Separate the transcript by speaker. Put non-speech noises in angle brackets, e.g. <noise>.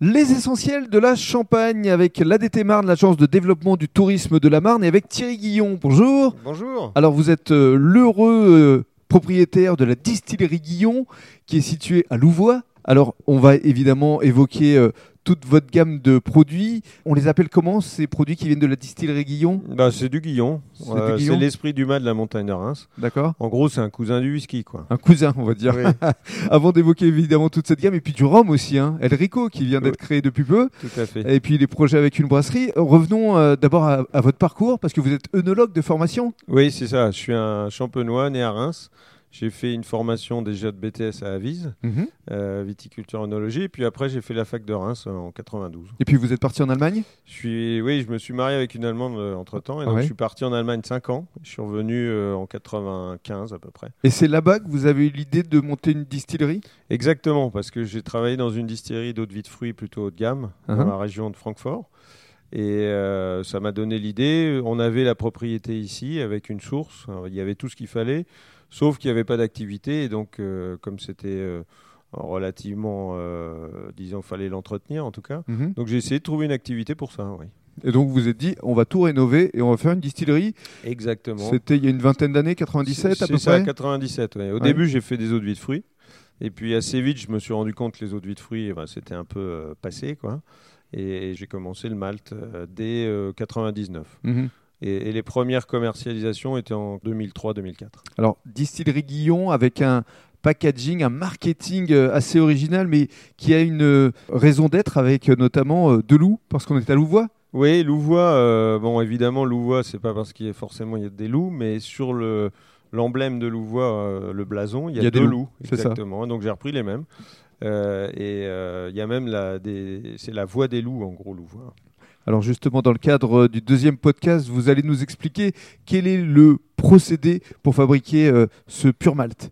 Speaker 1: Les essentiels de la Champagne avec l'ADT Marne, l'agence de développement du tourisme de la Marne, et avec Thierry Guillon. Bonjour.
Speaker 2: Bonjour.
Speaker 1: Alors vous êtes euh, l'heureux euh, propriétaire de la distillerie Guillon qui est située à Louvois. Alors on va évidemment évoquer euh, toute votre gamme de produits. On les appelle comment ces produits qui viennent de la distillerie Guillon
Speaker 2: Bah, c'est du Guillon.
Speaker 1: C'est du
Speaker 2: Euh,
Speaker 1: Guillon.
Speaker 2: C'est l'esprit du mât de la montagne de Reims.
Speaker 1: D'accord
Speaker 2: En gros, c'est un cousin du whisky, quoi.
Speaker 1: un cousin, on va dire,
Speaker 2: Oui,
Speaker 1: avant d'évoquer évidemment toute cette gamme, et puis du rhum aussi, hein. El Rico qui vient d'être créé depuis peu.
Speaker 2: <laughs> tout à fait.
Speaker 1: Et puis les projets avec une brasserie. Revenons euh, d'abord à, à votre parcours, parce que vous êtes œnologue de formation.
Speaker 2: Oui, c'est ça. Je suis un champenois né à Reims. J'ai fait une formation déjà de BTS à Avise,
Speaker 1: Mhm.
Speaker 2: euh, viticulture onologie. Et puis après, j'ai fait la fac de Reims euh, en 92.
Speaker 1: Et puis vous êtes parti en Allemagne
Speaker 2: Je suis, oui, je me suis marié avec une Allemande entre temps. Et donc,
Speaker 1: Ah Ouais.
Speaker 2: je suis parti en Allemagne 5 ans. Je suis revenu euh, en 95 à peu près.
Speaker 1: et c'est là-bas que vous avez eu l'idée de monter une distillerie
Speaker 2: Exactement, parce que j'ai travaillé dans une distillerie d'eau de vie de fruits plutôt haut de gamme,
Speaker 1: Uh-huh.
Speaker 2: dans la région de Francfort. Et euh, ça m'a donné l'idée. On avait la propriété ici avec une source. Alors, il y avait tout ce qu'il fallait, sauf qu'il n'y avait pas d'activité. Et donc, euh, comme c'était euh, relativement, euh, disons, fallait l'entretenir en tout cas.
Speaker 1: Mhm.
Speaker 2: Donc, j'ai essayé de trouver une activité pour ça. Oui.
Speaker 1: Et donc vous vous êtes dit, on va tout rénover et on va faire une distillerie.
Speaker 2: Exactement.
Speaker 1: C'était il y a une vingtaine d'années, 97 à
Speaker 2: C'est
Speaker 1: peu
Speaker 2: ça,
Speaker 1: près
Speaker 2: 97. ouais. Au
Speaker 1: Ouais.
Speaker 2: début, j'ai fait des eaux de vie de fruits. Et puis assez vite, je me suis rendu compte que les eaux de vie de fruits, eh ben, c'était un peu euh, passé. Quoi. Et j'ai commencé le malt euh, dès euh, 99.
Speaker 1: Mhm.
Speaker 2: Et, et les premières commercialisations étaient en 2003-2004.
Speaker 1: Alors distillerie Guillon avec un packaging, un marketing euh, assez original, mais qui a une euh, raison d'être avec euh, notamment euh, Deloup, parce qu'on est à Louvois.
Speaker 2: Oui, Louvois, euh, bon évidemment, Louvois, c'est pas parce qu'il y a forcément il y a des loups, mais sur le l'emblème de Louvois, euh, le blason, il y a, deux
Speaker 1: des
Speaker 2: loups.
Speaker 1: c'est ça.
Speaker 2: exactement. Donc j'ai repris les mêmes. Euh, et euh, il y a même la, des- c'est la voix des loups en gros Louvois.
Speaker 1: Alors justement, dans le cadre euh, du deuxième podcast, vous allez nous expliquer quel est le procédé pour fabriquer euh, ce pur malt.